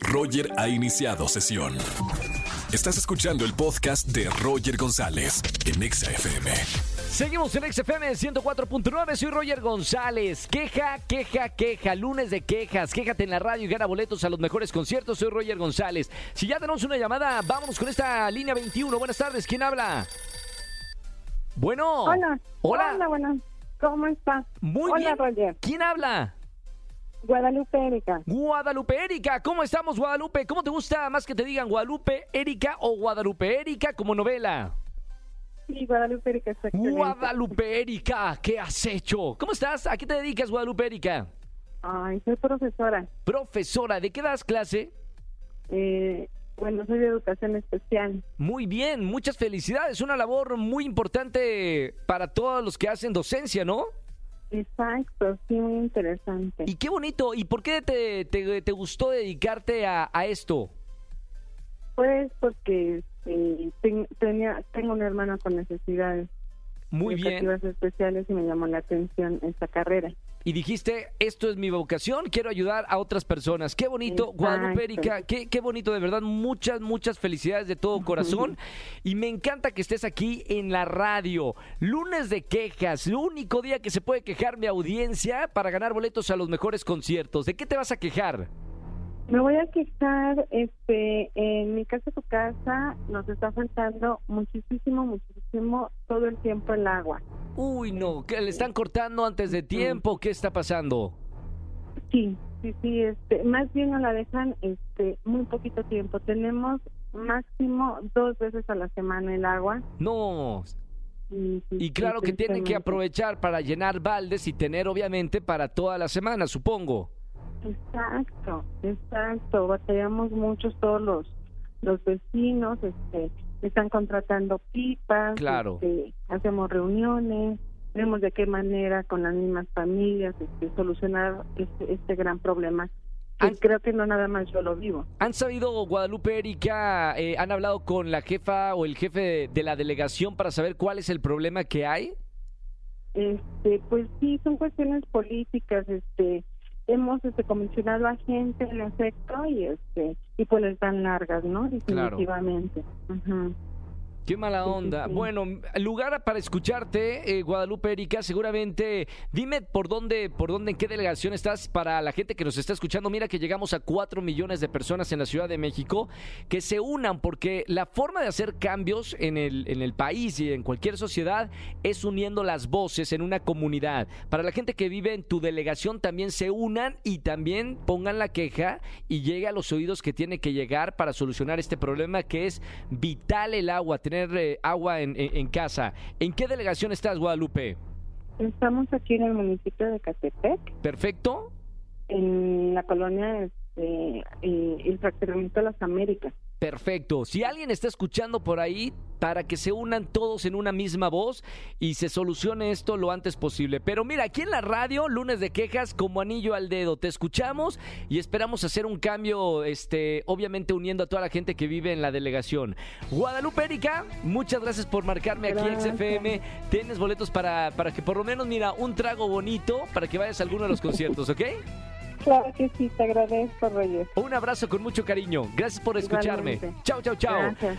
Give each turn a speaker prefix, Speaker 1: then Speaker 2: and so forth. Speaker 1: Roger ha iniciado sesión. Estás escuchando el podcast de Roger González en Exa FM.
Speaker 2: Seguimos en XFM 104.9, soy Roger González. Queja, queja, queja, lunes de quejas. Quéjate en la radio y gana boletos a los mejores conciertos, soy Roger González. Si ya tenemos una llamada, vámonos con esta línea 21. Buenas tardes, ¿quién habla? Bueno.
Speaker 3: Hola.
Speaker 2: Hola.
Speaker 3: buenas. ¿Cómo está?
Speaker 2: Muy
Speaker 3: Hola,
Speaker 2: bien.
Speaker 3: Roger.
Speaker 2: ¿Quién habla?
Speaker 3: Guadalupe Erika.
Speaker 2: Guadalupe Erika, ¿cómo estamos Guadalupe? ¿Cómo te gusta más que te digan Guadalupe Erika o Guadalupe Erika como novela?
Speaker 3: Sí, Guadalupe Erika está excelente.
Speaker 2: Guadalupe Erika, ¿qué has hecho? ¿Cómo estás? ¿A qué te dedicas Guadalupe Erika?
Speaker 3: Ay, soy profesora.
Speaker 2: Profesora, ¿de qué das clase?
Speaker 3: Eh, bueno, soy de educación especial.
Speaker 2: Muy bien, muchas felicidades, una labor muy importante para todos los que hacen docencia, ¿no?
Speaker 3: Exacto, sí, muy interesante.
Speaker 2: Y qué bonito, ¿y por qué te, te- te gustó dedicarte a, a esto?
Speaker 3: Pues porque eh, ten- tenía, tengo una hermana con necesidades
Speaker 2: Muy bien.
Speaker 3: educativas especiales y me llamó la atención esta carrera.
Speaker 2: Y dijiste, esto es mi vocación, quiero ayudar a otras personas. Qué bonito,
Speaker 3: Exacto.
Speaker 2: Guadalupe Erika, qué, qué bonito, de verdad, muchas, muchas felicidades de todo corazón. y me encanta que estés aquí en la radio. Lunes de quejas, el único día que se puede quejar mi audiencia para ganar boletos a los mejores conciertos. ¿De qué te vas a quejar?
Speaker 3: Me voy a quejar, este, en mi casa, tu casa, nos está faltando muchísimo, muchísimo todo el tiempo el agua.
Speaker 2: Uy, no, que le están cortando antes de tiempo. ¿Qué está pasando?
Speaker 3: Sí, sí, sí, este, más bien nos la dejan este, muy poquito tiempo. Tenemos máximo dos veces a la semana el agua.
Speaker 2: No.
Speaker 3: Y, sí,
Speaker 2: Y
Speaker 3: sí,
Speaker 2: claro que tienen que
Speaker 3: tristemente.
Speaker 2: aprovechar para llenar baldes y tener, obviamente, para toda la semana, supongo.
Speaker 3: Exacto, exacto. Batallamos mucho todos los, los vecinos, este, están contratando pipas,
Speaker 2: Claro.
Speaker 3: este, hacemos reuniones, vemos de qué manera con las mismas familias este, solucionar este, este gran problema. que
Speaker 2: Ah.
Speaker 3: creo que no nada más yo lo vivo.
Speaker 2: ¿Han sabido, Guadalupe Erika, eh, han hablado con la jefa o el jefe de, de la delegación para saber cuál es el problema que hay?
Speaker 3: Este, pues sí, son cuestiones políticas, este, hemos este comisionado a gente en efecto y este, y pues les dan largas, ¿no?
Speaker 2: Claro.
Speaker 3: Definitivamente. Ujú.
Speaker 2: Qué mala
Speaker 3: Sí, sí,
Speaker 2: onda.
Speaker 3: sí.
Speaker 2: Bueno, lugar para escucharte, eh, Guadalupe Erika, seguramente. Dime por dónde, por dónde, en qué delegación estás para la gente que nos está escuchando. Mira que llegamos a 4 millones de personas en la Ciudad de México que se unan porque la forma de hacer cambios en el, en el país y en cualquier sociedad es uniendo las voces en una comunidad. Para la gente que vive en tu delegación también se unan y también pongan la queja y llegue a los oídos que tiene que llegar para solucionar este problema que es vital el agua, tener eh, agua en, en- en casa. ¿En qué delegación estás, Guadalupe?
Speaker 3: Estamos aquí en el municipio de Catepec,
Speaker 2: ¿Perfecto?
Speaker 3: en la colonia este, eh, el fraccionamiento de las Américas.
Speaker 2: Perfecto. Si alguien está escuchando por ahí, para que se unan todos en una misma voz y se solucione esto lo antes posible. Pero mira, aquí en la radio, lunes de quejas como anillo al dedo. Te escuchamos y esperamos hacer un cambio, este, obviamente uniendo a toda la gente que vive en la delegación. Guadalupe Erika, muchas gracias por marcarme aquí en
Speaker 3: Gracias.
Speaker 2: XFM. Tienes boletos para, para que por lo menos, mira, un trago bonito para que vayas a alguno de los conciertos, ¿ok?
Speaker 3: Claro que sí, te agradezco, Reyes.
Speaker 2: Un abrazo con mucho cariño. Gracias por escucharme.
Speaker 3: Igualmente.
Speaker 2: Chao, chao, chao.
Speaker 3: Gracias.